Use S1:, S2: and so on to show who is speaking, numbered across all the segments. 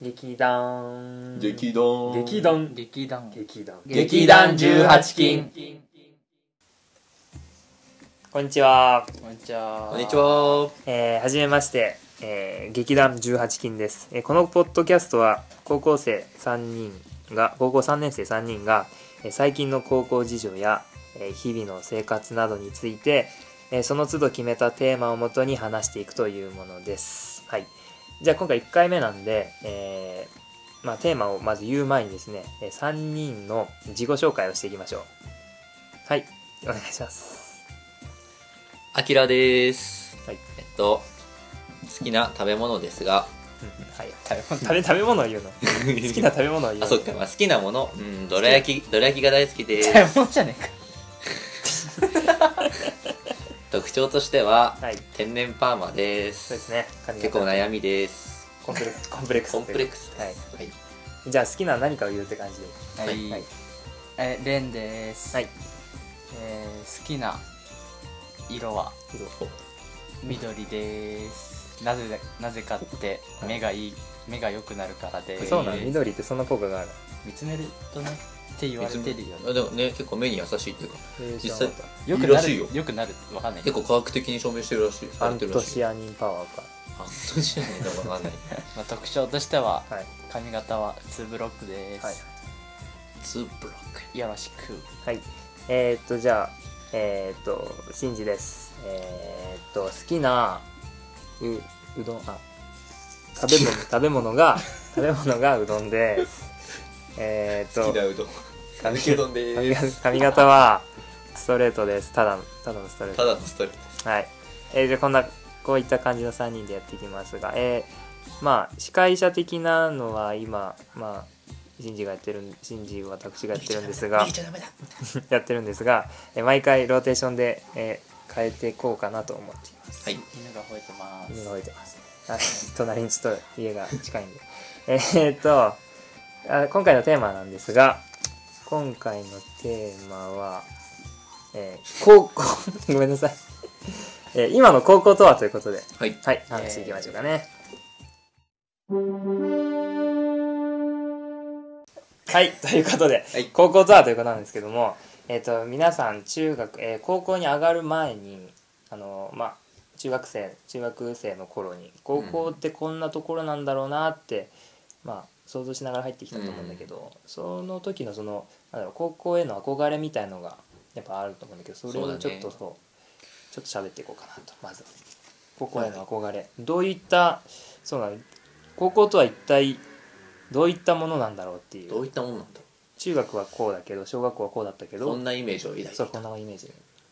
S1: 劇団
S2: 劇団
S1: 劇団
S3: 劇団
S1: 劇団
S2: 劇団18
S3: 金
S1: こんにちは、
S3: こんにちは
S2: こんにちは
S1: えー、はじめまして、えー、劇団18金です、えーこのポッドキャストは高校生3人が高校3年生3人が、えー最近の高校事情や、えー日々の生活などについて、えーその都度決めたテーマをもとに話していくというものですはいじゃあ今回1回目なんで、えーまあ、テーマをまず言う前にですね3人の自己紹介をしていきましょうはいお願いします
S2: あきらです
S1: はい
S2: えっと好きな食べ物ですが
S1: うんはい
S3: 食べ
S1: 食べ食べ物を言うの
S2: 好
S1: 好きな食べ物を言うの
S2: あそっか、まあ、好きなものうんどら焼きどら焼きが大好きです
S3: 物もんじゃねえか
S2: 特徴としては
S1: はい
S2: 天然パーマで
S1: そうですすね
S2: 結構悩みです
S1: コンプレックスコンプレックス
S2: コンプレックス
S1: は
S2: ですはい
S1: いじゃあ好きな何かを言うって感じで
S2: は
S3: はいい、
S1: はい
S3: えレンです
S1: はい
S3: えー好きな色は
S2: お
S3: 緑ですなぜだなぜかって
S1: はい
S3: 目がいい目が良くなるからで
S1: そうなの
S2: えー
S1: 緑ってそんな効果がある
S3: 見つめるとねって言われてるよね
S2: あでもね結構目に優しいっていうか実際
S3: よく
S2: いいら
S3: な
S2: しいよ
S3: るよくなるわかんない
S2: 結構科学的に証明してるらしい
S1: ア
S2: され
S1: ン
S2: てる
S1: ト
S2: らしい
S1: シアニンパワーか
S2: アントシアニンだかわかんない
S3: まあ、特徴としては
S1: はい
S3: 髪型はツーブロックです、
S1: はい
S2: ツーブロック
S3: よろしく
S1: はいえー、っとじゃあえー、っとシンジですえー、っと好きなううどんあ食べ物食べ物が食べ物がうどん ですえー、っと
S2: 好きなうどん
S1: 髪
S2: うどんで
S1: 髪
S2: ーす
S1: 型髪型はストレートですただのただのストレート
S2: ただのストレート
S1: はい、えーじゃあこんなこういった感じの3人でやっていきますが、えーまあ司会者的なのは今まあ新次がやってるん新次私がやってるんですが
S2: 逃げちゃダメだ逃げちゃダメ
S1: やってるんですが、えー毎回ローテーションで、えー変えていこうかなと思っています
S2: だはい
S3: 犬が吠えてます
S1: 犬が置いてます あ隣にちょっと家が近いんで えーっとあ今回のテーマなんですが今回のテーマは、えー高校 ごめんなさい、えー今の高校とはということで
S2: はい
S1: はい話していきましょうかねはい ということで、
S2: はい
S1: 高校とはということなんですけどもえー、と皆さん中学、えー高校に上がる前にあの、まあ、中学生中学生の頃に高校ってこんなところなんだろうなって、まあ、想像しながら入ってきたと思うんだけど、その時のそのなんだろう高校への憧れみたいのがやっぱあると思うんだけどそれ
S2: そう
S1: を
S2: だね
S1: ちょっとそうちょっと喋っていこうかなとまず高校への憧れ、どういったそうなの高校とは一体どういったものなんだろうってい
S2: ど
S1: う
S2: ういったもんなんだ
S1: 中学はこうだけど小学校はこうだったけど
S2: そんなイメージを抱いてい
S1: そう
S2: た
S1: こんなイメージ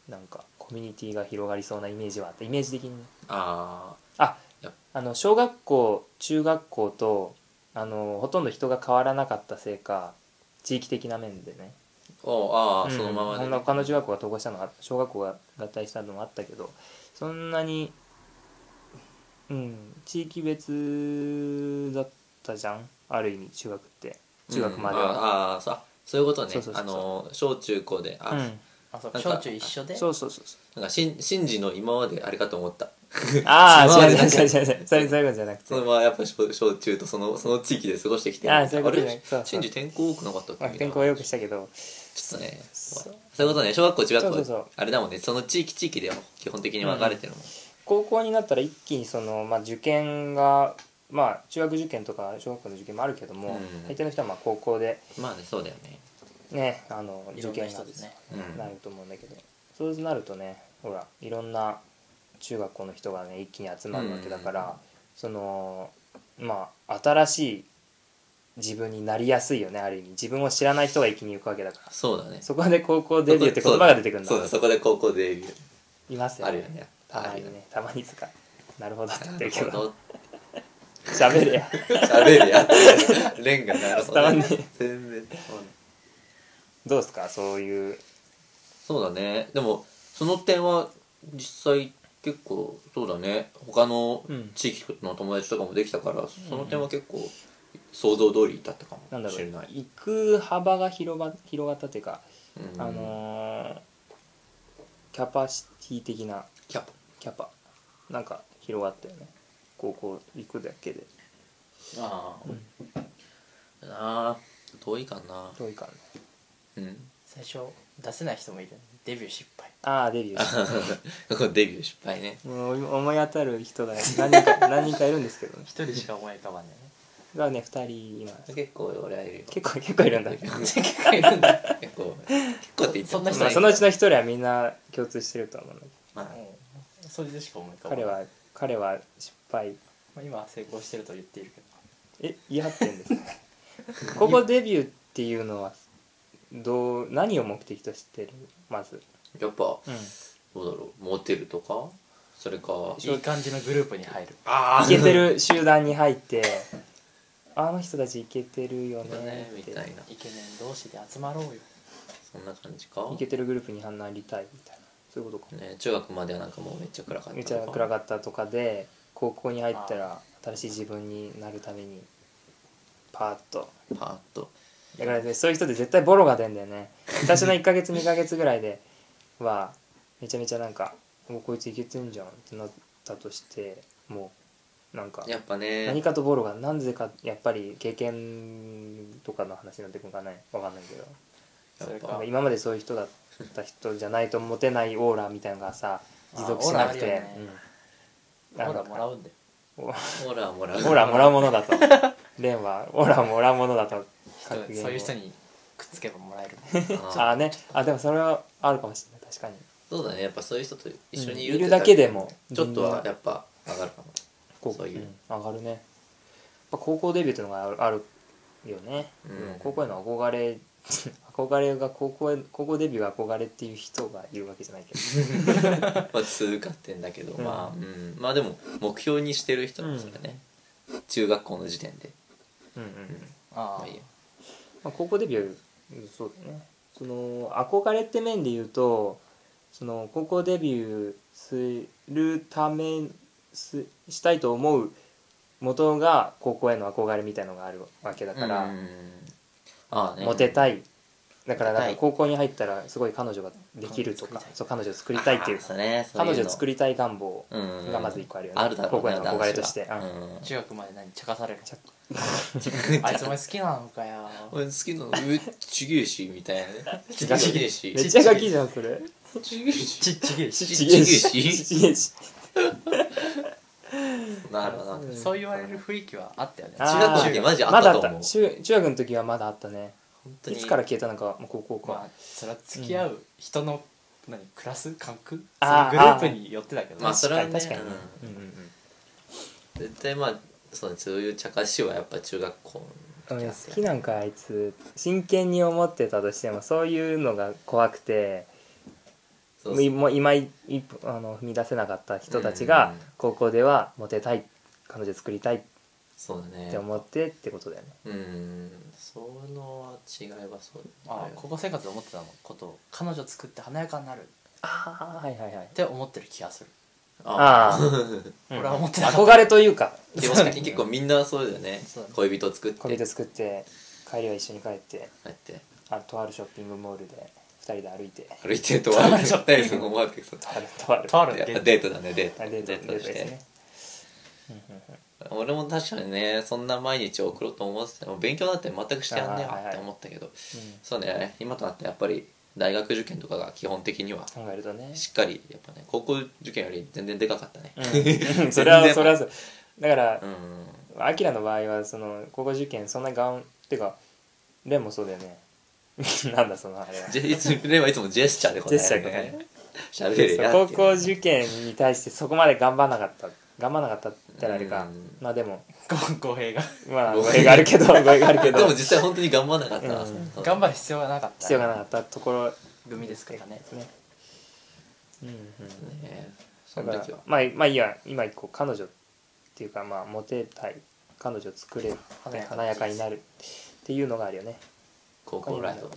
S1: なんかコミュニティが広がりそうなイメージはあってイメージ的にね
S2: あ
S1: あ
S2: や
S1: あの小学校中学校とあのほとんど人が変わらなかったせいか地域的な面でね
S2: ーおあ
S1: う
S2: ー
S1: ん
S2: そのまま
S1: ほん
S2: でね
S1: な他の中学校が統合したのが小学校が合体したのもあったけどそんなにうん地域別だったじゃんある意味中学って中学まで
S2: うんあ
S1: は、
S2: ーあーそうあそういうことね
S1: そうそうそう
S2: あのー小中高であ、
S1: うん
S3: あそう
S2: なんか
S3: 小中一緒で
S1: そうそうそうそう
S2: なんかしん新次の今まであれかと思った
S1: ああ
S2: 今ま
S1: 違う違
S2: でな
S1: うん
S2: か
S1: 違う違う違うそういうそういうことじゃなくて
S2: そのままやっぱ小小中とそのその地域で過ごしてきて
S1: あーそういうことね
S2: れ
S1: そうそう
S2: 新次転校多くなかったっけ
S1: まあ
S2: みた
S1: 天
S2: いな
S1: 候はよくしたけど
S2: ちょっとね
S1: そう
S2: そういうことね小学校中学校
S1: そうそうそう
S2: あれだもんねその地域地域では基本的に分かれてるもん、
S1: 高校になったら一気にその、まあ、受験が、まあ、中学受験とか小学校の受験もあるけども、
S2: うん
S1: 大体の人はまあ高校で、
S2: まあねそうだよね
S1: ね、あの
S3: い
S1: 受
S3: ろんな
S1: 験が
S3: 人ですね
S2: うん
S1: なると思うんだけど、そうなるとねほらいろんな中学校の人がね一気に集まるわけだから、
S2: うん
S1: そのまあ新しい自分になりやすいよねある意味自分を知らない人が一気に行くわけだから
S2: そうだね
S1: そこで高校デビューって言葉が出てくるんだ
S2: そうだそこで高校デビュ
S1: います
S2: ー
S1: よ
S2: あるよね
S1: たま
S2: ある
S1: に
S2: よね
S1: ねたまにつかなるほどって言っ
S2: な
S1: て
S2: る
S1: るけ
S2: ほ
S1: ど
S2: ど
S1: 喋れや
S2: 喋るやつレンガなる ほ
S1: 伝わ
S2: ど
S1: ん
S2: ね
S1: ねえ
S2: 全然
S1: どうですかそういう
S2: そうだねでもその点は実際結構そうだね他の
S1: うん
S2: 地域の友達とかもできたから、その点は結構想像通りだったか
S1: なん
S2: も
S1: だろ
S2: し
S1: う
S2: れない
S1: 行く幅が広が広がったというか、
S2: うん
S1: あのーキャパシティ的な
S2: キャパ
S1: キャパなんか広がったよね高校行くだけで
S2: ああ、
S1: うん
S2: な遠いかな
S1: 遠いからね
S2: うん
S3: 最初出せない人もいるデビュー失敗
S1: ああデビューし
S2: ここデビュー失敗ね
S1: たもう思い当たる人が何人 か何人かいるんですけどね
S3: 一人しか思い浮かばないね
S1: がね2人今
S2: 結構俺はい るよ
S1: 結構結構いるんだ
S2: 結構いるんだ結構結構って言って
S3: そんな人
S1: まあ、
S3: はいる
S1: そのうちの一人はみんな共通してるとは思うんだけ
S2: まあ
S3: うんそれでしか思い浮か
S1: ど
S3: ばない
S1: 彼は彼は失敗
S3: まあ、今は成功してると言っているけど
S1: え言い張ってんですね ここデビューっていうのはどう何を目的としてるまず、
S2: やっぱ
S1: うん、
S2: どうだろうモテるとかそれか
S3: いい感じのグループに入る
S2: あ
S1: イケてる集団に入ってあの人たちイケてる よね
S2: ね
S1: っ
S2: み
S1: て
S2: たいな
S3: イケメン同士で集まろうよ
S2: そんな感じか
S1: イケてるグループになりたいみたいなそういうことか
S2: ね中学まではなんかもうめっちゃ暗かった
S1: めちゃ
S2: とか
S1: 暗かったとかで高校に入ったら新しい自分になるためにパーッと
S2: パーッと
S1: だからねそういう人って絶対ボロが出んだよね最初の1ヶ月2ヶ月ぐらいではめちゃめちゃなんか「おこいついけてんじゃん」ってなったとしてもうなんか
S2: やっぱね
S1: 何かとボロが何でかやっぱり経験とかの話になってくるかねわかんないけど
S2: やっ
S3: それ
S1: なん
S2: ぱ
S3: か
S1: か今までそういう人だった人じゃないとモテないオーラみたいなのがさ持続しなくて、
S3: あーオーラ
S1: うん
S3: あるよねほらもらうんだよ
S2: オーラはもらう
S1: オーラもらうものだとレンはオーラもらうものだと
S3: 人
S1: 格言を
S3: そういう人にくっつけばもらえる
S2: あ
S1: ああねあでもそれはあるかもしれない確かに
S2: そうだねやっぱそういう人と一緒にい
S1: うん
S2: るって
S1: だけでも
S2: ちょっとは
S1: 人
S2: やっぱ上がるかも
S1: 間
S2: そういう
S1: うん上がるねやっぱ高校デビューっていうのがあるあるよね、
S2: うん
S1: うん高校への憧れ 憧れが高校へ高校デビューが憧れっていう人がいるわけじゃないけど
S2: まあ通過点だけど、
S1: うん
S2: まあ、うん、まあでも目標にしてる人なんですよね、中学校の時点で、
S1: うんうん、
S2: うん、
S3: あ
S2: ま
S3: あ
S2: あいいよ
S1: まあ、高校デビューそうだねその憧れって面で言うとその高校デビューするためすしたいと思う元が高校への憧れみたいのがあるわけだから、
S2: うんああね
S1: モテたいだからなん
S2: モテた
S1: か
S2: い
S1: 高校に入ったらすごい彼女ができるとか
S3: 彼女作りた
S1: そう彼女を作りた
S3: い
S1: いっていう
S2: ああねそう
S1: 彼
S2: いう
S1: 女
S2: の
S1: を作りたい願望
S2: うん
S1: がまず一個あるよね
S2: あるだろうね
S1: 高校への憧れとして
S2: 男
S1: う
S2: 子はうん
S3: 中学まで何茶化される
S1: ちゃ
S3: あいつお前好きなのかよ
S2: 俺好きなのうっちげえしみたいなねちげえし
S1: めっちゃガキじゃんそれ
S2: ちげえし
S3: ちっちげえし
S2: ち
S1: ち
S2: げ
S1: げ
S2: え
S1: え
S2: し
S1: しちげえし
S2: なるほど
S1: う
S2: な
S1: ん
S3: そう言われる雰囲気はあったよね
S1: あー
S2: 中学校の時マジあ
S1: ま
S2: っ
S1: だ
S2: た
S1: あ
S2: と
S1: っ
S2: 思
S1: た
S2: う
S1: 中中学の時はまだあったね
S2: 本当
S1: い
S2: に
S1: つから消えたのかもう高校
S3: ま
S1: か
S3: あそれは付き合う人の何クラス関空
S1: あー
S3: そのグループによってだけど
S2: まあそれはね
S1: 確かにね
S2: う
S1: うんうん
S2: 絶対まあそうねそういう茶化しはやっぱ中学校
S1: うん
S2: の時
S1: 俺
S2: あ
S1: 好
S2: ったよ
S1: きなんかあいつ真剣に思ってたとしてもそういうのが怖くて
S2: そうそう
S1: いもう今い一歩あの踏み出せなかった人たちが
S2: うん
S1: 高校ではモテたい彼女作りたいっ
S2: そうだね
S1: て思ってってことだよね
S2: うんその違いはそうだ
S3: あ
S2: よ
S3: あ高校生活で思ってたのことを彼女作って華やかになるっ
S1: ああはいはいはい
S3: て思ってる気がする
S1: あ
S3: 俺は思ってなかっ
S1: 憧れというか
S2: 基本的に結構みんなそうだよね
S3: そうだね
S2: 恋人作って
S1: 恋人作って帰りは一緒に帰って
S2: こうやって
S1: あとあるショッピングモールで2人で歩いて
S2: 歩いてるとワー ク
S3: ちょっと
S2: 二人そのワークそう
S1: とあるとある
S3: とある
S2: やっぱ
S3: 現
S2: デートだねデ
S1: あデ
S2: ー
S1: ー
S2: ト
S1: トデートで
S2: し
S1: す
S2: て
S1: ね
S2: 俺も確かにねそんな毎日送ろうと思ってたもう勉強なんて全くしてやんねえ
S1: あーはい
S2: わ
S1: はい
S2: って思ったけどそうね今となってやっぱり大学受験とかが基本的には
S1: うん考えるとね
S2: しっかりやっぱね高校受験より全然でかかったね
S1: うん それはそれはそうだから
S2: うん
S1: アキラの場合はその高校受験そんながんってかレンもそうだよね なんだそのあれは
S2: ジェいつ例はいつもジェスチャーで答え
S1: ジェスチャー
S2: る
S1: で答え
S2: ね喋るや
S1: そう高校受験に対してそこまで頑張らなかった頑張らなかったって言ったらあれか
S2: うん
S1: まあでも
S3: 公平が
S1: まあ語弊があるけど語弊があるけ
S2: で
S1: ど
S2: も実際本当に頑張らなかったな、
S1: うん
S2: そう
S3: 頑張る必要がなかった
S1: 必要がなかったところ
S3: 組ですからね
S1: ねうんうん
S2: ねその
S1: だか
S2: 時
S1: ら
S2: は
S1: まあまあいいや今こう彼女っていうかまあモテたい彼女作れる
S3: 華やか
S1: 華やかになるっていうのがあるよね
S2: 高校ライブ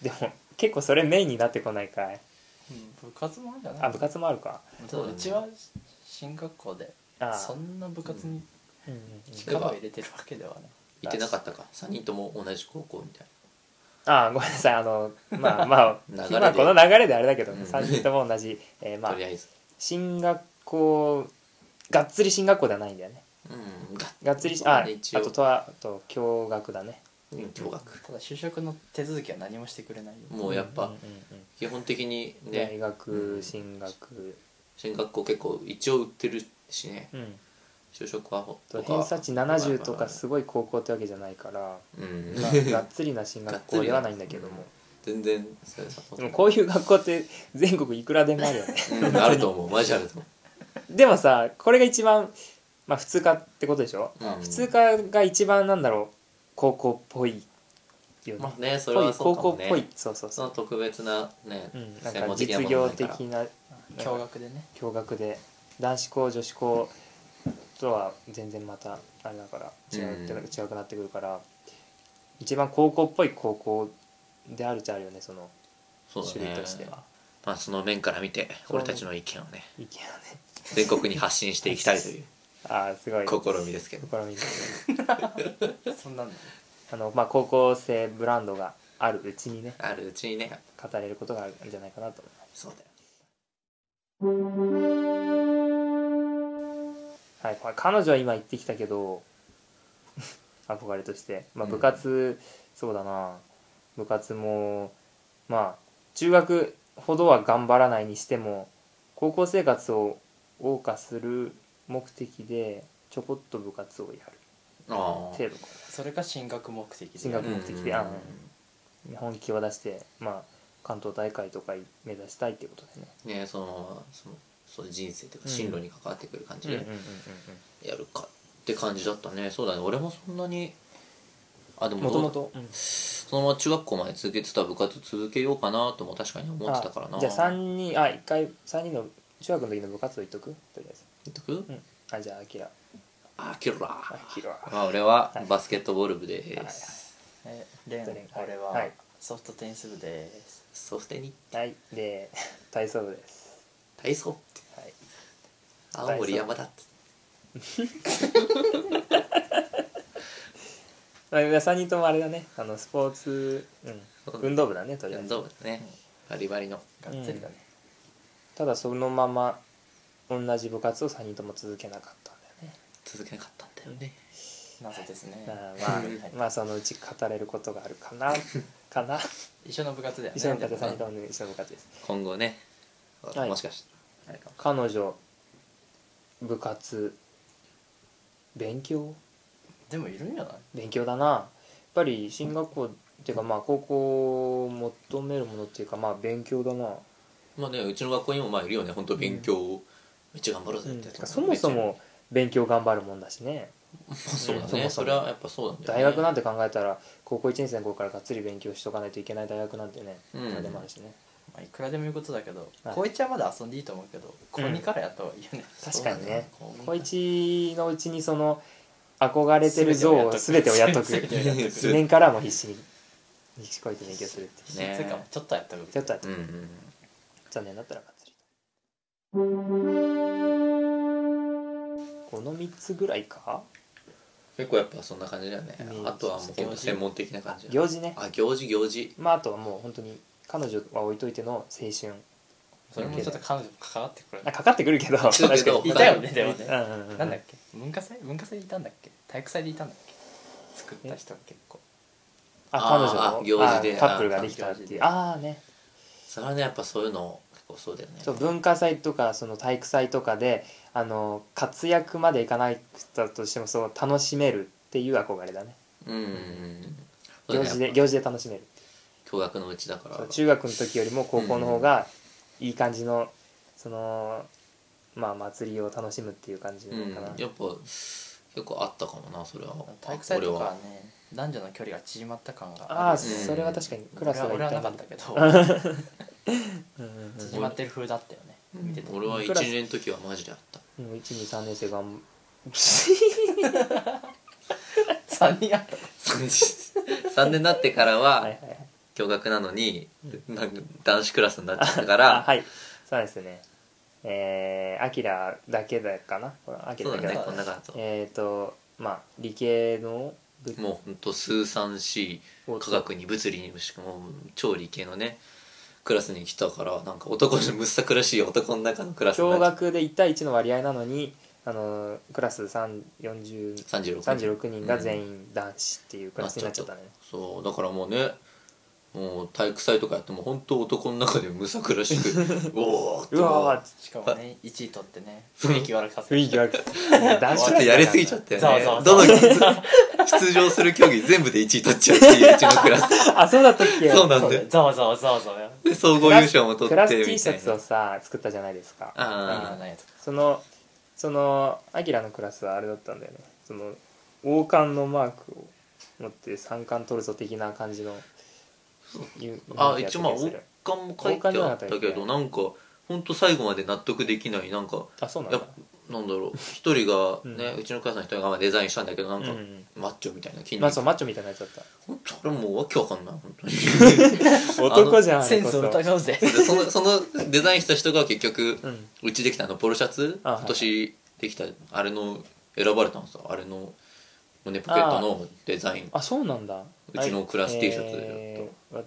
S1: でも結構それメインになってこないかい
S3: うん部活もあるんじゃない
S1: あ部活もあるか
S3: そううちは進学校で
S1: ああ
S3: そんな部活に
S1: うんうんうん
S3: 力を入れてるわけではない
S2: 行ってなかったか3人とも同じ高校みたい
S1: ああごめんなさいあの まあま
S2: 流れ
S1: あ
S2: で
S1: まあこの流れであれだけど、
S2: うん
S1: 3人とも同じ、えー
S2: な
S1: まあ
S2: とりあえず
S1: 進学校がっつり進学校ではないんだよね
S2: うんが
S1: がっつりし
S2: まあ
S1: ああ
S2: ね一応
S1: ととはあと驚愕だね
S2: うん驚愕
S3: ただ就職の手続きは何もしてくれないよ
S2: もうやっ
S1: ん
S2: ぱ
S1: んうん
S2: 基本的に
S1: 大
S2: ね
S1: 学進学
S2: 進学校結構一応売ってるしね
S1: うん、
S2: 就職はほ
S1: と
S2: 他
S1: 偏差値70とかすごい高校ってわけじゃないから、
S2: うん
S1: まあ、がっつりな進学校ではないんだけども
S2: 全然そうそうそう
S1: でもこういう学校って全国いくらでもあるよね
S2: うんあると思うマジあると思
S1: でもさこれが一番、まあ、普通科ってことでしょ、
S2: う、うん、
S1: 普通科が一番なんだろう高校っぽいよね、
S2: まあねそれ
S1: ぽい
S2: はそう
S1: 高
S2: か
S1: 校
S2: も
S1: っぽい
S2: ね
S1: そうそう
S2: そ
S1: そ
S2: の
S1: う、
S2: 特別なね、
S1: うん、なん
S2: 専
S1: か
S2: 門的な
S1: 実
S2: もの
S1: 業
S2: ないか
S1: 的
S2: ら
S1: な
S3: 驚愕でね
S1: 共学で男子校女子校とは全然またあれだから違うって、
S2: うん
S1: 違くなってくるから一番高校っぽい高校であるっちゃあるよねその
S2: そうだ
S1: 種類
S2: ね
S1: としては、
S2: まあその面から見て
S1: そう
S2: 俺たちの意見をね
S1: 意見はね
S2: 全国に発信していきたいという
S1: ああすごい
S2: 試みですけど
S1: 試みですね
S3: そんなの
S1: あのまあ高校生ブランドがあるうちにね
S2: あるうちにね
S1: 語れることがあるんじゃないかなと思います
S2: そうだよ
S1: はい、これ彼女は今行ってきたけど 憧れとして、まあ、
S2: うん
S1: 部活、そうだな部活もまあ中学ほどは頑張らないにしても高校生活を謳歌する目的でちょこっと部活をやる
S2: あ
S1: 程度か
S3: それか進学目的で
S1: 進学
S2: あ
S1: 目的であの本気を出して、まあ、関東大会とか目指したいってことだよね。
S2: ねそのそのそういう人生というか進路に関わってくる感じでやるかって感じだったねそうだね俺もそんなにあでも
S1: もともと
S2: そのまま中学校まで続けてた部活続けようかなとも確かに思ってたからな
S1: じゃあ3人あ一回3人の中学の時の部活を言っとくとりあえず
S2: 言っとく
S1: あじゃあアキラ
S2: あキラ
S1: アキラ
S2: まあ俺は
S1: はい
S2: バスケットボール部です、
S3: えレン
S1: レン
S3: 俺は
S1: はい
S3: ソフトテニス部です
S2: そしてに
S1: はいで体操部です
S2: 体操って
S1: はい
S2: 青森山田って
S1: まあ3人ともあれだねあのスポーツ、うん、運動部だねとりあえ
S2: 運
S1: ず
S2: 動部だねバリバリの
S3: がっつりだね
S1: ただそのまま同じ部活を3人とも続けなかったんだよね
S2: 続けなかったんだよね
S3: 謎ですね
S1: あー
S3: は
S1: まあ
S3: い
S1: まあそのうち語れることがあるか なかな
S3: 一緒の部活だよね
S1: 一緒の部活
S3: でも
S1: 3人とも一緒の部活です
S2: 今後ね
S1: はい
S2: もしかしてあれかも
S1: 彼女部活勉強
S3: でもいるんじゃない
S1: 勉強だなやっぱり進学校っていうかまあ高校を求めるものっていうかまあ勉強だな、
S2: まあねうちの学校にもまあいるよね本当勉強をめっちゃ頑張ろうぜってやつも
S1: そもそも勉強頑張るもんだしね
S2: まあそうだ
S1: そもそも
S2: ねそれはやっぱそうなんだ
S1: 大
S2: よね
S1: 学なんて考えたら高校1年生の頃からがっつり勉強しとかないといけない大学なんてね
S2: うん
S1: いくらでもあるしね、
S3: まあいくらでも言うことだけど
S1: はい
S3: 高一はまだ遊んでいいと思うけど高二からやった方がいいよね
S1: 確かにね
S2: そうだ
S1: 高1のうちにその憧れてる像を全てをやっとく
S3: 全てをやっとく
S1: 1 年からも必死に必死こいて勉強するっていう
S2: ね
S3: つうかもうちょっとやった方がいい
S1: ちょっとやっ
S2: う
S1: た
S2: んうん
S1: 残念だったらがっつりこの3つぐらいか
S2: 結構やっぱそんな感じだよね
S1: うん
S2: あとはもう本当専門的な感じだ
S1: 行事ね
S2: あ行事行事
S1: まああとはもう本当に彼女は置いといての青春
S3: それもちょっと彼女も関わってくる
S1: あかかってくるけど確かに
S2: けど
S3: いたよねでもね
S1: うんうんうん
S3: なんだっけ文化祭文化祭でいたんだっけ体育祭でいたんだっけ作った人が結構
S1: あ
S2: あ
S1: 彼女の
S2: ー行事で
S1: あカップルができたっていうああーね
S2: それはねやっぱそういうの結構そうだよね
S1: そう文化祭とかその体育祭とかであの活躍までいかないだとしてもそう楽しめるっていう憧れだね
S2: うんうんうん
S1: 行事で
S2: 行
S1: 行事で楽しめる
S2: 驚愕のうちだから
S1: そう中学の時よりも高校の方がいい感じの、そのまあ祭りを楽しむっていう感じな
S2: うん
S1: のかな、
S2: やっぱ結構あったかもなそれは
S3: 体育祭とか
S2: 俺
S3: は
S2: は
S3: ね男女の距離が縮まった感が
S1: ああ、
S3: るよね
S1: それは確かにクラスが
S3: 俺は俺はなか
S1: 一
S3: ったけど
S1: うんうんうん
S3: 縮まってる風だったよね見てて
S2: 俺は
S1: ク
S2: 1
S1: ラス
S2: 年の時はマジであった
S1: もう123年 生がん
S3: 3人あった
S2: 3年になってか
S1: は
S2: ら
S1: いは
S2: はい
S1: はい
S2: 驚愕なのになんか男子クラスになっちゃったか
S1: あ
S2: ら
S1: はいそうですねえーアキラだけだかなこれアキ
S2: そ
S1: ラ
S2: う
S1: だ
S2: だ
S1: けだ
S2: ね
S1: か
S2: こんな感じだ
S1: えっ、とまあ理系の部
S2: ともうほんと数産 C
S1: を
S2: 科学に物理にしかも超理系のねクラスに来たからなんか男のむっさくらしい男の中のクラスになっ
S1: 共
S2: ちゃっ
S1: 学で1対1の割合なのにあのクラス3 40
S2: 36
S1: 36人が全員男子っていうクラスになっちゃったね、
S2: そうだからもうねもう体育祭とかやっても本当男の中でむさくらしく おお
S1: うわ
S3: しかもね1位取ってね雰囲気悪くさ
S1: ー
S3: せ
S1: 雰
S3: て
S1: 囲気悪く
S2: ち
S1: 男
S2: ょっとやりすぎちゃ
S1: っ
S2: った
S3: ざわざ
S2: よ
S3: わ
S2: ねどの出場する競技全部で1位取っちゃうっていううちのクラス
S1: たあそうだったっけ
S2: そうなん
S3: そ
S2: だ
S3: うだよ
S2: よ
S3: ざわざわざわざわよ
S2: で総合優勝も取って
S1: クラス T
S2: み
S1: シ
S2: たい
S1: ャ
S2: な
S1: ツをさ作ったじゃないですか
S2: あ
S3: ないやつ
S1: そのそのアキラのクラスはあれだったんだよねその王冠のマークを持って三冠取るぞ的な感じのいう
S2: ああ一応まあ
S1: やつ
S2: 王
S1: だった気がする
S2: 冠も書いてあったけどなんか本当最後まで納得できないなんか
S1: あそうなん
S2: や
S1: だ
S2: っぱなんだろう一人がね、
S1: う
S2: うちのクラスの人がまあデザインしたんだけどなんか、
S1: うんうん
S2: マッチョみたいな筋肉、
S1: まあそうマッチョみたいなやつだった
S2: ほんとあれもうわけわかんない本当に
S1: 男じゃん
S3: センスを疑うぜ
S2: でそのそのデザインした人が結局
S1: うん
S2: うちできたあのポロシャツ
S1: あはい
S2: 今年できたあれの選ばれたのさあれの胸ポケットのデザイン
S1: あそうなんだ
S2: うちのクラス T シャツだよ
S1: えーわ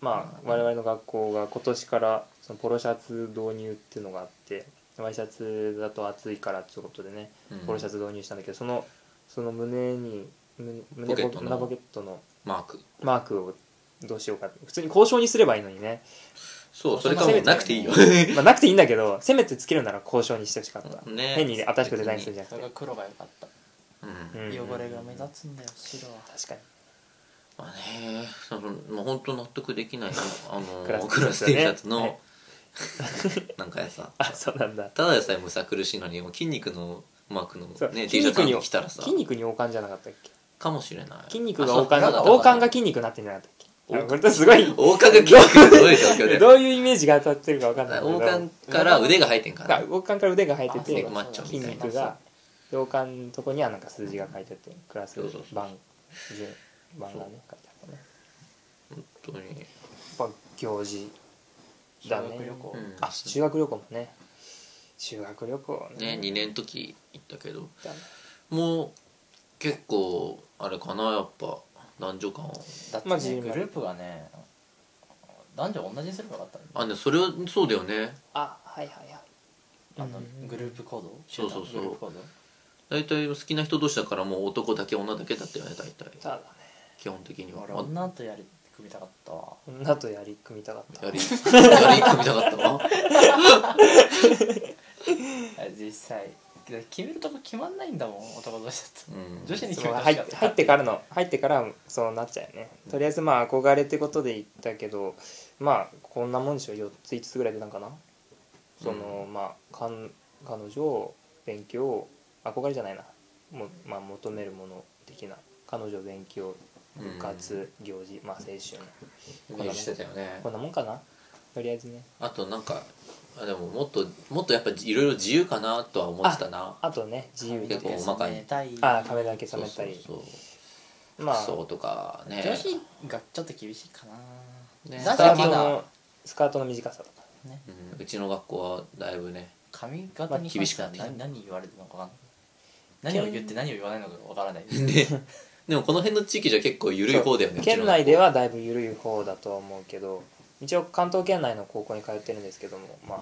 S1: まあ我々の学校が今年からそのポロシャツ導入っていうのがあってワイシャツだと暑いからっていうことでね
S2: うん
S1: ポロシャツ導入したんだけどそのその胸に胸胸
S2: ポケットの
S1: 胸ポケットの
S2: マーク
S1: マークをどうしようか普通に交渉にすればいいのにね、
S2: そうそ
S3: そ
S2: れ
S3: れ
S2: か
S3: か
S2: もうなくていいよ
S1: まあ、なくていいんだけどせめてつけるなら交渉にしてほしかった、
S2: ね
S1: 変にね新しくデザインするんじゃな
S3: それ
S1: く
S3: が黒が良かった
S2: うん
S1: て、うん
S3: 汚れが目立つんだよ白は
S1: 確かに
S2: まあねそのもう本当納得できないあ の
S1: クラス
S2: クラス T シャツ
S1: は
S2: の
S1: い
S2: なんかやさ
S1: あそうなんだ
S2: ただでさえむさ苦しいのにもう筋肉のマークの
S1: そう
S2: ね T
S1: 筋
S2: シャツ
S1: 肉
S2: なん
S1: に
S2: か着たらさ
S1: 筋肉に王冠じゃなかったっけ
S2: かもしれない
S1: 筋肉が
S2: あそ
S1: 王
S2: うだ
S1: 冠
S2: だから
S1: 王冠が筋肉になってんじゃなかったっけ
S2: 王
S1: あ
S2: 冠
S1: これとすごい
S2: 王冠が筋肉ってどういう状況だ よ
S1: どういうイメージが当たってるか分かんないけど
S2: 王冠から腕が入ってんか
S1: が
S2: な
S1: 王冠から腕が生えて
S2: あそう
S1: て
S2: だマッチョ
S1: 筋
S2: みたいな
S1: 肉がで王冠のとこにはなんか数字が書いてあってクラス
S2: そうそうそう
S1: 番順番がね書いてあったね
S2: 本当に
S1: やっぱ行事だね
S3: 修学旅行
S2: うん
S1: あ修学旅行もね修学旅行
S2: ね2年の時行ったけど
S1: だね
S2: もう結構あれかなやっぱ男女間
S3: だって
S1: まあ自
S3: ね
S1: 由
S3: グ
S1: な
S3: ループがね男女同じにすればよかったんだ
S2: あねそれはそうだよね
S1: あはいはいはい
S3: あの
S1: うん
S3: グループ行動
S2: そうそうそう
S3: グループ行動
S2: 大体好きな人同士だからもう男だけ女だけだったよね大
S1: そ
S2: 体
S1: うだね
S2: 基本的には
S3: 俺
S2: まあ
S3: 女とやり組みたかったわ
S1: 女とやり組みたかった
S2: やりやり組みたかったわ
S3: あ実際だ決めるとこ決まんないんだもん男同士だと
S2: うん
S3: 女子に
S1: そ
S3: 決め
S1: の
S3: てほ
S1: 入っ
S3: しかった
S1: 入ってからの入ってからそうなっちゃうよねとりあえずまあ憧れってことで言ったけどまあこんなもんでしょ4つ5つぐらい出たんかなその、まあかん彼女勉強憧れじゃないなも、まあ、求めるもの的な彼女勉強
S2: うん
S1: 部活行事、まあ青春
S2: イメージしてたよね
S1: こんなもんかなとりあえずね
S2: あとなんかあでももっともっとやっぱいろいろ自由かなとは思ってたな
S1: あとね自由に
S2: 結構細かい
S3: たい
S1: ああ髪だけ
S2: そ
S1: 染
S2: う
S1: め
S2: そ
S1: た
S2: う
S1: り
S2: そう
S1: まあ
S2: そうとかね
S3: 女子がちょっと厳しいかな、
S2: ね
S1: ス
S3: 男子
S1: カ
S3: は
S1: ー
S3: ま
S1: ト
S3: だ
S1: のスカートの短さとか
S3: ね
S2: うんうちの学校はだいぶね
S3: 髪型に関しては何何言われてるのか分かんない何を言って何を言わないのか分からない
S2: ででもこの辺の地域じゃ結構緩い方だよねうちの
S1: 県内ではだいぶ緩い方だと思うけど一応関東圏内の高校に通ってるんですけどもまあ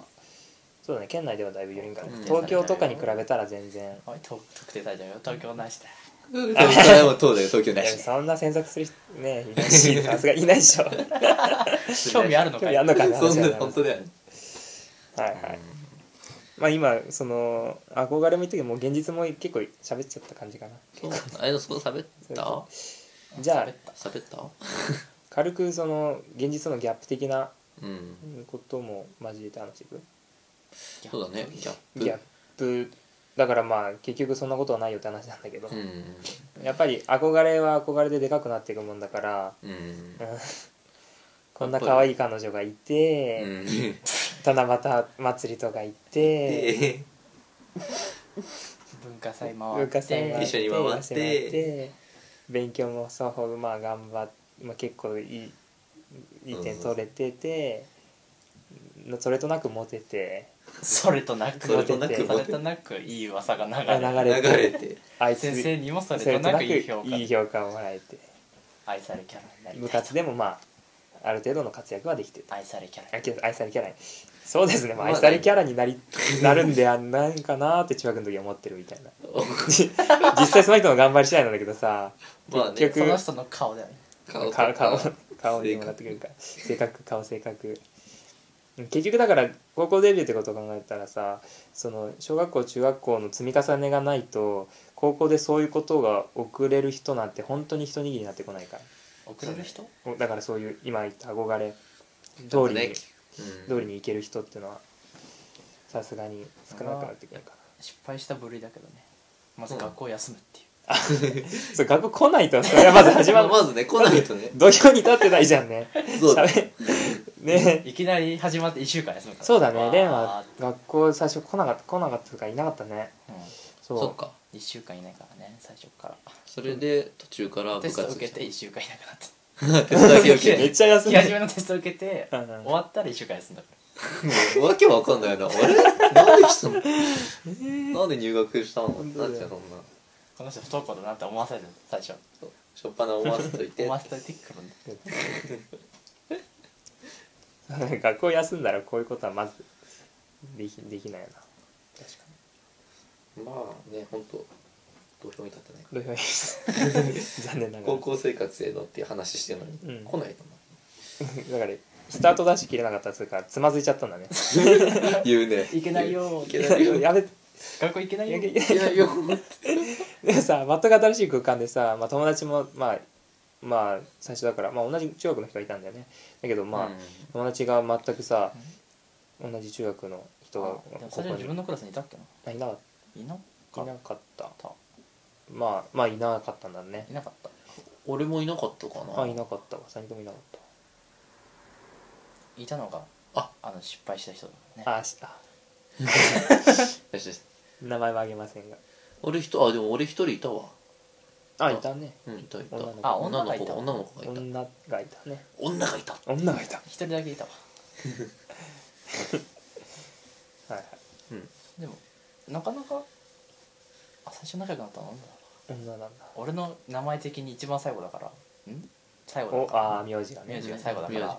S1: そうだね県内ではだいぶ緩いから、
S2: うん
S1: 東京とかに比べたら全然
S3: おいと特定大丈夫よ東京なしだ
S2: 東京もそうだよ東京
S1: いや
S2: ないし
S1: そんな詮索する人ねいないし さすがいないでしょ
S3: 興味あるの
S1: 興
S3: か
S1: 味
S3: い
S1: あんのかな
S2: そんな本当だよね
S1: はいはいまあ今その憧れも言ったけどもう現実も結構喋っちゃった感じかな
S2: そうあれのそこ喋った
S1: そ
S3: うん
S1: じゃあ
S3: 喋った
S2: 喋った
S1: 軽くその現実とのギャップ的な
S2: うん
S1: ことも交えて話していく
S2: そうだねギャ
S1: ギャッ
S2: ッ
S1: プだからまあ結局そんなことはないよって話なんだけど、
S2: プうん
S1: やっぱり憧れは憧れででかくなっていくもんだから
S2: うん
S1: うんこんな可愛い彼女がいて、
S2: うん
S1: 七夕祭りとか行って、
S2: で
S3: 文化祭回
S1: 文
S3: って
S1: 化祭もあ
S2: 回一緒に回って
S1: 一緒に回って勉強も双方まあ頑張って、まあ、結構いいいい点取れてて、それとなくモテて
S3: それとなく
S2: それとなく
S3: それとなくいい噂が流
S1: あ
S3: れ
S1: 流れ
S2: 流
S1: て
S2: れて
S1: あいつ
S3: 先生にもそれ
S1: それ
S3: と
S1: と
S3: な
S1: な
S3: く
S1: く
S3: いい評価
S1: いい評価をもらえて
S3: 愛されキャラになり
S1: 部
S3: たい
S1: 活でもまあある程度の活躍はできてる
S3: 愛されキャ
S1: あ
S3: ラ
S1: けど愛されキャラにそうですね、まあ、
S2: まあ
S1: 愛されキャラになり、なるんであんなんかなーって中学の時思ってるみたい な実際その人の頑張り次第なんだけどさ
S2: まあね
S1: 結
S3: その
S1: 局
S3: 人の顔だよね
S2: 顔と
S1: 顔
S2: か
S1: 顔顔にもなってくるから性格顔性格結局だから高校デビューってことを考えたらさその小学校中学校の積み重ねがないと高校でそういうことが遅れる人なんて本当に一握りになってこないか
S3: 遅れる人
S1: らだからそういう今言った憧れ
S2: な
S1: 通
S2: んか
S1: り
S2: ね
S1: に
S2: うん
S1: 通りに行ける人っていうのはさすがに少なくなってくるから
S3: 失敗した部類だけどねまず
S2: うん
S3: 学校休むっていう
S1: そう学校来ないとそれはまず始ま
S2: ま
S1: る
S2: あまずね来ないとね
S1: 土俵に立ってないじゃんね
S2: そうだ
S1: 喋ね
S3: いきなり始まって1週間休むから
S1: そうだね蓮
S3: わ
S1: は学校最初来なかった来なかったとかいなかったね
S3: ーうん
S1: そう
S2: そっか
S3: 1週間いないからね最初から
S2: それで途中から部
S3: テスト
S2: 活
S3: 受けて1週間いなくなった
S2: 手伝い受け
S1: めってちゃ休ん
S3: 気始
S1: で
S3: め のテスト受けて
S1: う
S3: 終
S1: んうん
S3: わったら1週間休んだか
S2: もうわけわかんないなあれなんでしたのなんで入学したの
S1: 本当だ
S2: な
S1: よ
S2: んちゃそんな
S3: らこの人不登校だなって思わせる最初
S2: しょっぱな思わせといて
S3: 思わせといてくるんだ
S1: 学校休んだらこういうことはまずできできないよな
S3: 確かに
S2: まあね本当土俵に立ってない
S1: 土俵に 残念ながら
S2: 高校生活へのっていう話してるのに、
S1: うん
S2: 来ないと
S1: だからスタートダッシュ切れなかったというかつまずいちゃったんだね
S2: 思 う言うね
S3: 行けないよー
S2: いけないよ
S1: やべ
S3: 学校行けないよー
S2: いけないよ
S1: でも さ全く新しい空間でさ、まあ、友達もまあまあ最初だから、まあ、同じ中学の人がいたんだよねだけどまあ、
S2: うん
S1: 友達が全くさ、同じ中学の人が
S3: あでも
S1: ここ
S3: それ自
S1: に
S3: 分のクラスにいたっけな
S1: あいなかっ
S3: いな
S1: た
S3: か
S1: い
S3: っ
S1: なかった
S3: た
S1: まあまあいなかったんだね
S3: いなかった
S2: 俺もいなかったかな
S1: あいなかったわ3人ともいなかっ
S3: いたのが
S2: あ
S3: あの失敗した人だね
S1: たあしあ
S2: よしよし
S1: 名前はあげませんが
S2: 俺人あでも俺一人いたわ
S1: あいたね
S2: うんいたいた
S1: 女の子
S3: あ
S2: 女の子が
S3: 女
S2: 女の子がいた
S1: 女がいたね
S2: 女がいた
S1: 女がいた
S3: 一人だけいたわ
S1: はいはい
S2: うん
S3: でもなかなかあ最初仲良くなったのなん
S1: 女な
S3: だろ
S1: んだ
S3: う俺の名前的に一番最後だからん最後
S1: お
S3: だから
S1: ああ名字が
S3: 名
S1: ね
S3: 字が最後だか
S2: 名字
S3: ら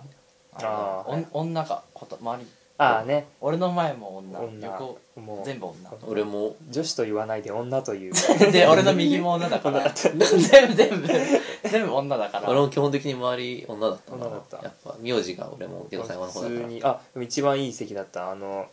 S3: あ
S1: あー
S3: のお女がほと周り
S1: ああね
S3: 俺の前も女
S1: 女
S3: 横
S1: も
S3: 全部女
S1: こ
S2: 俺も
S1: う女子と言わないで女と いう
S3: で俺の右も女だから全部全部全部女だから
S2: 俺も基本的に周り女だったな
S1: 女だった
S2: やっぱ名字が俺も結構最後の
S1: 普
S2: 方だか
S1: 通
S2: ら
S1: にあでも一番いい席だったあの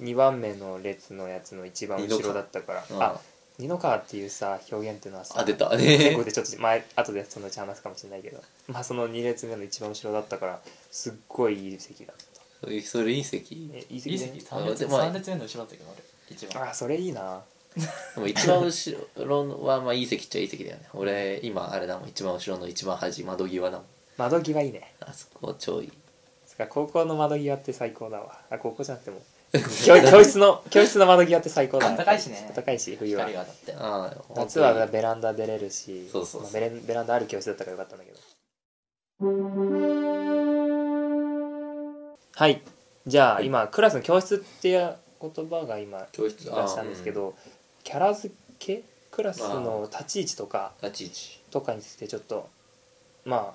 S1: 2番目の列のやつの一番後ろだったから
S2: うん
S1: あニノカーっていうさ表現っていうのはさ
S2: あ出た
S1: 結
S2: ね
S1: 構でちょっと前後でそのうち話すかもしれないけどまあその2列目の一番後ろだったからすっごいいい席だった
S2: それそれいい席
S1: えいい
S3: いい
S1: 席ね
S3: 席3列
S2: でも
S3: 三列目の後ろだったけど俺一番
S1: あそれいいな
S2: でも一番後ろはまあいい席っちゃいい席だよね俺今あれだもん一番後ろの一番端窓際だもん
S1: 窓際いいね
S2: あそこちょい
S1: つうか高校の窓際って最高だわあ高校じゃなく ても教教室の教室の窓際って最高だ
S3: 暖かいしね
S1: 暖かいし冬は
S3: 光が当たって
S2: ああ
S1: 夏はベランダ出れるし
S2: そうそうそう
S1: まあベレンベランダある教室だったからよかったんだけどはいじゃあ今クラスの教室っていう言葉が今
S2: 教
S1: 出
S2: 室
S1: したんですけど、キャラ付けクラスの立ち位置とか
S2: あ立ち
S1: とかについてちょっとまあ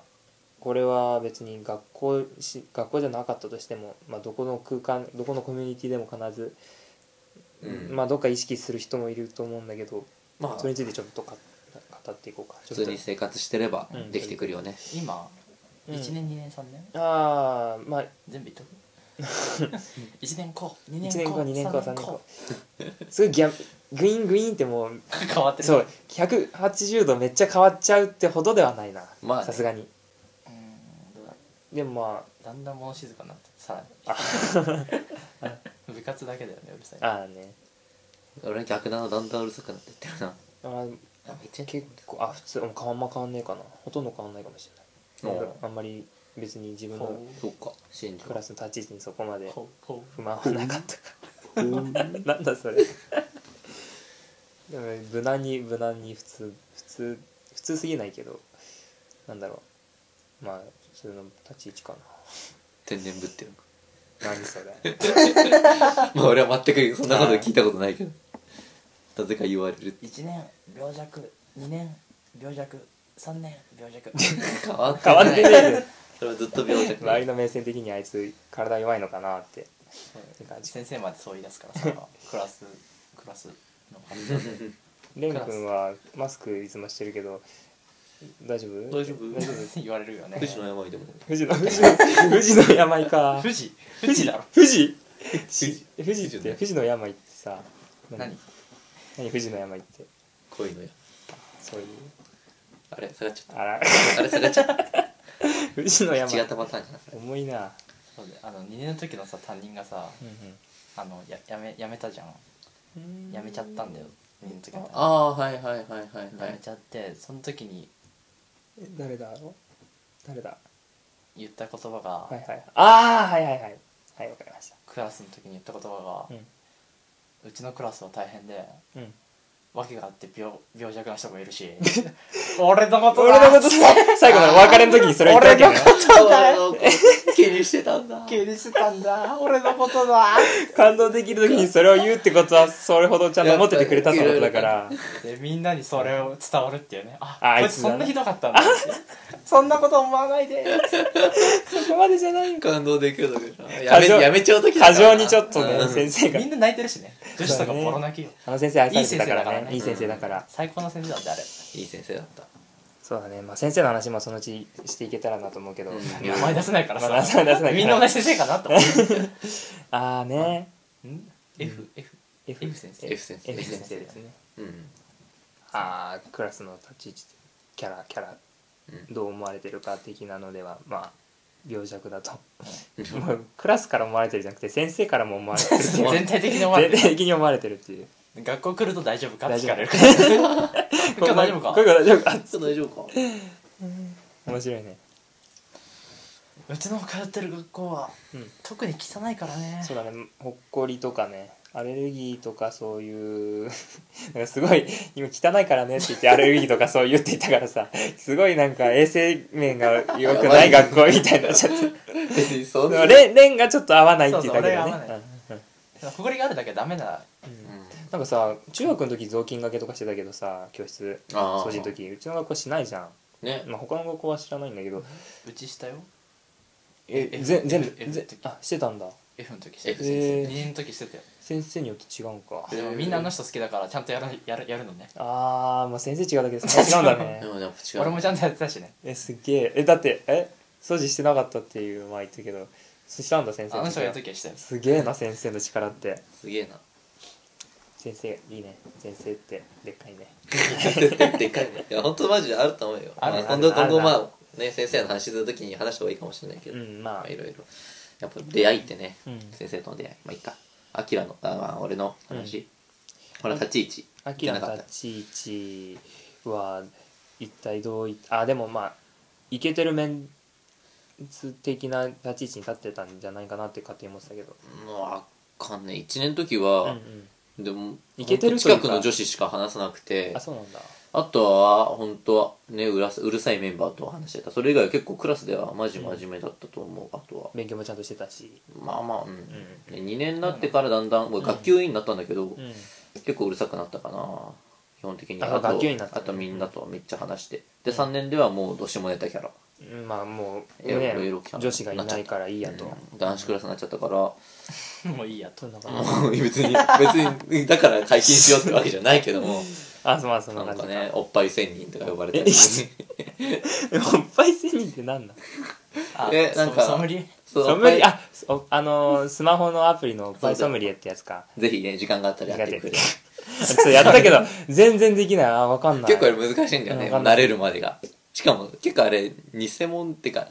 S1: これは別に学校し学校じゃなかったとしても、まあ、どこの空間どこのコミュニティでも必ず、
S2: 位置うん
S1: まあ、どっか意識する人もいると思うんだけど、
S2: まあ
S1: それについてちょっとか語っていこうか
S2: 普通に
S1: ち
S2: 生活してれば
S1: うん
S2: できてくるよね、
S3: 今
S1: ょっと
S3: 1年2年3年
S1: うんああまあ
S3: 全部言っとく 一年後2
S1: 1
S3: 年後
S1: 年後2年後3
S3: 三
S1: 年後すごいギャグイングインってもう
S3: 変わってる
S1: そう180度めっちゃ変わっちゃうってほどではないな
S2: まあね
S1: さすがに
S3: うんどうだろ
S1: でもま
S3: うだんだん物静かになってさ
S1: あ
S3: らに 部活だけだよねうるさい
S1: あああね
S2: 俺逆だなだんだんうるさくなってってるな
S1: あー
S2: あめっちゃ
S1: 結構あ普通うんあんま変わんないかなほとんど変わんないかもしれない
S2: うん
S1: あんまり別に自分
S3: ほ
S1: の
S3: う
S2: そうか新庄
S1: クラスの立ち位置にそこまで
S3: ほうほ
S1: 不満はなかったか
S2: うん
S1: らなんだそれでも無難に無難に普通普通普通すぎないけどなんだろうまあ普通の立ち位置か
S2: 天然ぶってる
S1: な何それ
S2: まあ俺は全くそんなこと聞いたことないけどなぜか言われるって
S3: う1年病弱2年病弱3年病弱
S2: 変わっ
S1: 変わってねえ
S2: それはずっと病 弱
S1: 周りの目線的にあいつ体弱いのかなってって感じ
S3: 先生までそう言い出すからさクラスクラスの感じ
S1: 蓮くんはマスクいつもしてるけど大丈夫
S2: 大丈夫
S1: 大丈夫
S3: 言われるよね
S2: 富士の病でも
S1: 富士の富士の富士の病か
S3: 富士富士だろ
S1: 富士
S2: 士
S1: 富士って富士の病ってさ
S3: 何
S1: 何富士の病って
S2: 恋のや
S1: そういう
S2: あれ下がっちゃっ
S1: あら
S2: たあれ下がっちゃった
S1: 富士の
S2: 違っ
S1: 病
S2: たパターンじゃな
S1: 重いな
S3: そうであの2年の時のさ担任がさあのややめやめたじゃんやめちゃったんだよ2年の時の
S2: ああはいはいはいはいは
S3: やめ
S2: い
S3: ちゃってその時に
S1: え誰だろう誰だ
S3: 言った言葉が、
S1: はいはいああはいはいはいはいわかりました
S3: クラスの時に言った言葉が、うちのクラスは大変で
S1: うん
S3: 訳があって病病弱な人もいるし俺のこと
S1: 俺
S3: だ
S1: のことさ最後のお別れの時にそれを言ったわけね
S3: 俺のこ
S2: そうだよ気にしてたんだ
S3: 気にしてたんだ俺のことだ
S1: 感動できる時にそれを言うってことはそれほどちゃんと思っててくれたってことだから
S3: でみんなにそれを伝わるっていうねあ
S1: あ
S3: こ
S1: あ
S3: い
S1: い
S3: つ
S1: つだ
S3: そ
S1: なん
S3: なひどかっ たんだってそんなこと思わないで
S1: そこまでじゃないよ
S2: 感動できるのかなやめ
S1: 過剰
S2: やめちゃう時だから
S1: 過
S2: な
S1: 剰にちょっと
S2: う
S1: ね
S2: ん
S1: 先生が
S3: みんな泣いてるしね女子とかボロ泣きよ、
S1: あの先生愛されてたか
S3: いい先生だから
S1: ら
S3: ね
S1: ねいい先生だから
S3: 最高の先生だってあれ
S2: いい先生だった
S1: そうだねまあ先生の話もそのうちしていけたらなと思うけど
S2: うん
S1: あ
S3: 名前出せないからさ、
S1: まあ出せない出せないから
S3: みんな同じ先生 かなと思って
S1: あーね
S3: F F
S1: F
S3: F 先生
S2: F 先生
S1: F 先生ですね
S2: うん
S1: ああクラスの立ち位置キャラキャラ
S2: うん
S1: どう思われてるか的なのではまあ病弱だと
S2: うん
S1: もうクラスから思われてるじゃなくて先生からも思われてるっ ていう
S3: 全体的に思われ
S1: 全
S3: て
S1: 体
S3: る
S1: 的に思われてるっていう
S3: 学校来ると大丈夫かって聞かれる今
S1: こ
S3: 日
S1: れ
S3: 大丈夫か
S1: これ大丈夫か
S2: ちょっと大丈夫か
S1: 面白いね
S3: うちの通ってる学校は、
S1: うん
S3: 特に汚いからね
S1: そうだねほっこりとかねアレルギーとかそういう なんかすごい今汚いからねって言ってアレルギーとかそう言っていたからさすごいなんか衛生面が良くない学校みたいになっちゃって
S2: 別にそんな
S1: レンレンがちょっと合わないって言ったけ
S3: そう
S1: ど
S3: そう
S1: ね
S3: 俺が合わない埃があるだけダメだ
S1: うん
S2: うん
S1: なんかさ中学の時雑巾がけとかしてたけどさ教室
S2: あ
S1: 掃除の
S2: ー
S1: 時うちの学校しないじゃん、
S2: ね
S1: まあ、他の学校は知らないんだけど
S3: うちしたよ
S1: え
S3: え
S1: ぜ全部
S3: F- F
S1: ぜ
S3: の時
S1: あしてたんだ
S3: F の時して
S2: F
S3: た
S2: 先
S1: え
S2: 生
S1: ー
S3: 2年の時してたよ
S1: 先生によって違うんか
S2: え
S3: でもみんなあの人好きだからちゃんとやるやるやるのね
S1: あー、まあ先生違うだけでそんな違うんだね
S2: でもやっぱ違う
S3: 俺もちゃんとやってたしね
S1: えすっげええだってえ掃除してなかったっていう前言ったけどしたんだ先生
S3: あの人がや
S1: 力
S3: る時は したよ
S1: すげえな先生の力って
S2: すげえな
S1: 先生いいね先生ってでっかいね
S2: でかいねいや本当マジであると思うよ
S1: ある
S2: まあ
S1: ある
S2: 今度
S1: ある
S2: 今後
S1: ある
S2: まあね先生の話するときに話した方がいいかもしれないけ
S1: う
S2: どま
S1: んまあ
S2: あいろいろやっぱ出会いってね
S1: うん
S2: 先生との出会いまあいいかアキラのあまあ俺の話ほら立ち位置
S1: アキラの立ち位置は一体どういあでもまあイケてるメンツ的な立ち位置に立ってたんじゃないかなって勝手に思ってたけど
S2: もうあかんね1年の時
S1: うんう
S2: は
S1: ん
S2: でも
S1: イケてるという
S2: 近
S1: か
S2: くの女子しか話さなくて
S1: あそうなんだ
S2: あとは、本当は、ね、うらすうるさいメンバーと話してた。それ以外は結構クラスではマジ真面目だったと思う。あとは、
S1: 勉強もちゃんとしてたし
S2: まあまあ、うん。
S1: う
S2: 2年になってからだんだん、俺学級委員になったんだけど、
S1: うん
S2: 結構うるさくなったかな。基本的に。
S1: あ
S2: あと、
S1: 学級委員になった
S2: あとみんなとめっちゃ話して。で、3年ではもうどうしようもネタキャラ。
S1: うんまあもう、
S2: エロエ
S1: ね
S2: ロキャ、ラ
S1: 女子がいないからいいやと、
S2: うん男子クラスになっちゃったから、
S3: もういいや
S1: そ
S3: と
S1: んな感じ
S2: もう別に、別に、だから解禁しようってわけじゃないけども、
S1: あそうまあそんな
S2: なん
S1: 感じ
S2: か
S1: か
S2: ね、おっぱい仙人とか呼ばれたり。
S1: おっぱい仙人ってなんだ
S3: あ
S2: えなんか
S3: ソムリエ
S2: そう
S1: ソ
S2: おっぱ
S1: ム
S2: い
S1: リエあおあのースマホのアプリのおっぱいソムリエってやつ か
S2: ぜひね、時間があったらやってくれ。
S1: あちょっとやったけど全然できないあわかんない
S2: 結構あれ難しいんだよね、
S1: わかんない
S2: 慣れるまでがしかも結構あれ偽物ってか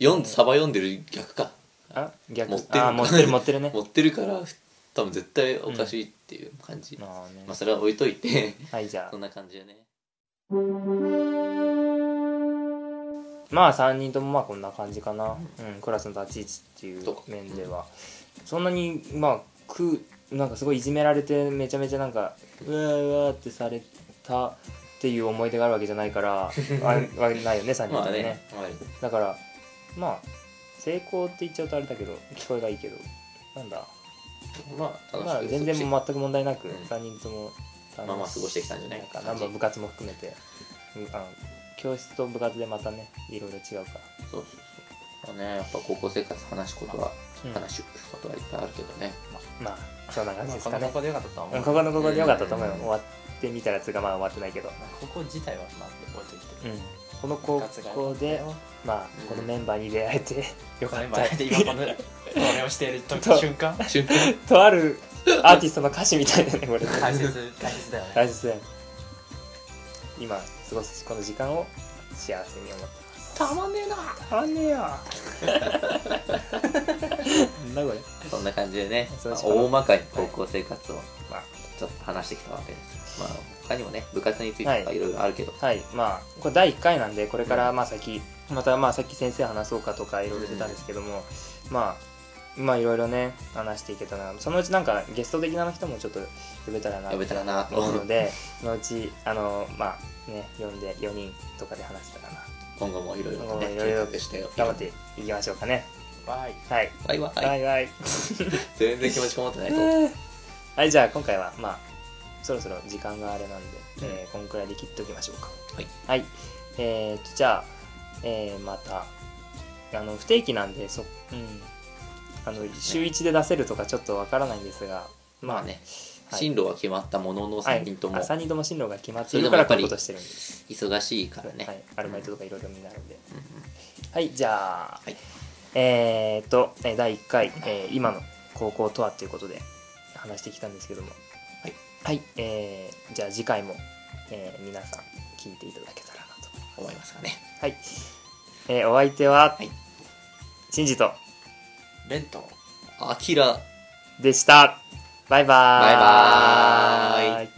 S2: 読んサバ読んでる逆か
S1: あ逆
S2: 持ってる
S1: あ持ってる持ってるね
S2: 持ってるから多分絶対おかしいっていう感じ、
S1: まあね
S2: まあそれは置いといて
S1: はいじゃ
S2: そん
S1: あ
S2: な感じでね
S1: まあ3人ともまあこんな感じかな、うん、クラスの立ち位置っていう面ではそんなにまあくなんかすごいいじめられてめちゃめちゃなんかうわーうわーってされたっていう思い出があるわけじゃないから あわないよね3人と
S2: ま
S1: も
S2: あ
S1: ね,、
S2: ね、まあ、
S1: だからまあ成功って言っちゃうとあれだけど聞こえがいいけどなんだ
S2: まあ
S1: まあ
S2: 楽し
S1: 全
S2: く
S1: 然全く問題なく
S2: うん
S1: 3人とも楽し
S2: まあまあ過ごしてきたんじゃない
S1: かなまあ部活も含めて、うんあの教室と部活でまたねいろいろ違うから
S2: そうまあねやっぱ高校生活話すことは、
S1: うん
S2: 話すことはいっぱいあるけど ね
S1: まあそんな感じ
S3: まあ
S1: です
S3: こ
S1: か
S3: の
S1: ね
S3: ここでよかったと
S1: う
S3: は思
S1: ん
S3: う
S1: ここのここでよかったと思うよ
S2: うん
S1: 終わってみたらつうかまあ終わってないけど、
S3: ここ自体はまあ置いといて
S1: うんこの高校でまあ
S2: うん
S1: このメンバーに出会えてよか
S3: こ
S1: っ
S3: のメンバ
S1: た
S3: ーで今このこれをしている時
S1: そう
S3: 瞬間
S2: 瞬間
S1: とあるアーティストの歌詞みたいだねこれ
S3: 大切大切だよね
S1: 大切だよ今過ごすこの時間を幸せに思って
S2: たまねえな
S1: たまんねえよなんだこれ
S2: そんな感じでね、
S1: そう
S2: まあ
S1: しよう
S2: 大まかに高校生活を
S1: まあ
S2: ちょっと話してきたわけですまあ他にもね部活についてとかいろいろあるけど、
S1: はいまあこれ第1回なんでこれからまあ先、またまあさっき先生話そうかとかいろいろしてたんですけども、まあまあいろいろね話していけたらそのうちなんかゲスト的な人もちょっと呼べたらな
S2: 呼べたらなと
S1: 思うのでそのうちあのまあね呼んで4人とかで話せたらな
S2: 今後もいろいろと
S1: 今後
S2: ね
S1: もいろい
S2: 計
S1: ろ
S2: 画して
S1: 頑張っていきましょうかね
S3: バイ
S1: はい
S2: バイバイ、
S1: バイバイ
S2: 全然気持ちこもってないと思う
S1: はいじゃあ今回はまあそろそろ時間があれなんで、
S2: うん
S1: えーこんくらいで切っておきましょうか
S2: はい、
S1: はい、えーとじゃあ、えーまたあの不定期なんでそ、うん、あの週1で出せるとかちょっとわからないんですが
S2: まあね、
S1: はい
S2: 進路は決まったものの
S1: はい、
S2: 3人とも
S1: あ3人とも進路が決まっているから
S2: そ
S1: こ
S2: れ
S1: うい
S2: で
S1: うこと
S2: もやっぱり
S1: してるんです、
S2: 忙しいからね、
S1: はい、アルバイトとかいろいろになるんで、
S2: うんうん
S1: はいじゃあ、
S2: はい
S1: えーとえー第1回、えー今の高校とはということで話してきたんですけども
S2: はい、
S1: はいえーじゃあ次回も、えー皆さん聞いていただけたらなと
S2: 思いますかね
S1: はい、えーお相手は、
S2: はい
S1: シンジと
S3: レント
S2: あきら
S1: でしたバイバーイ
S2: バイバーイ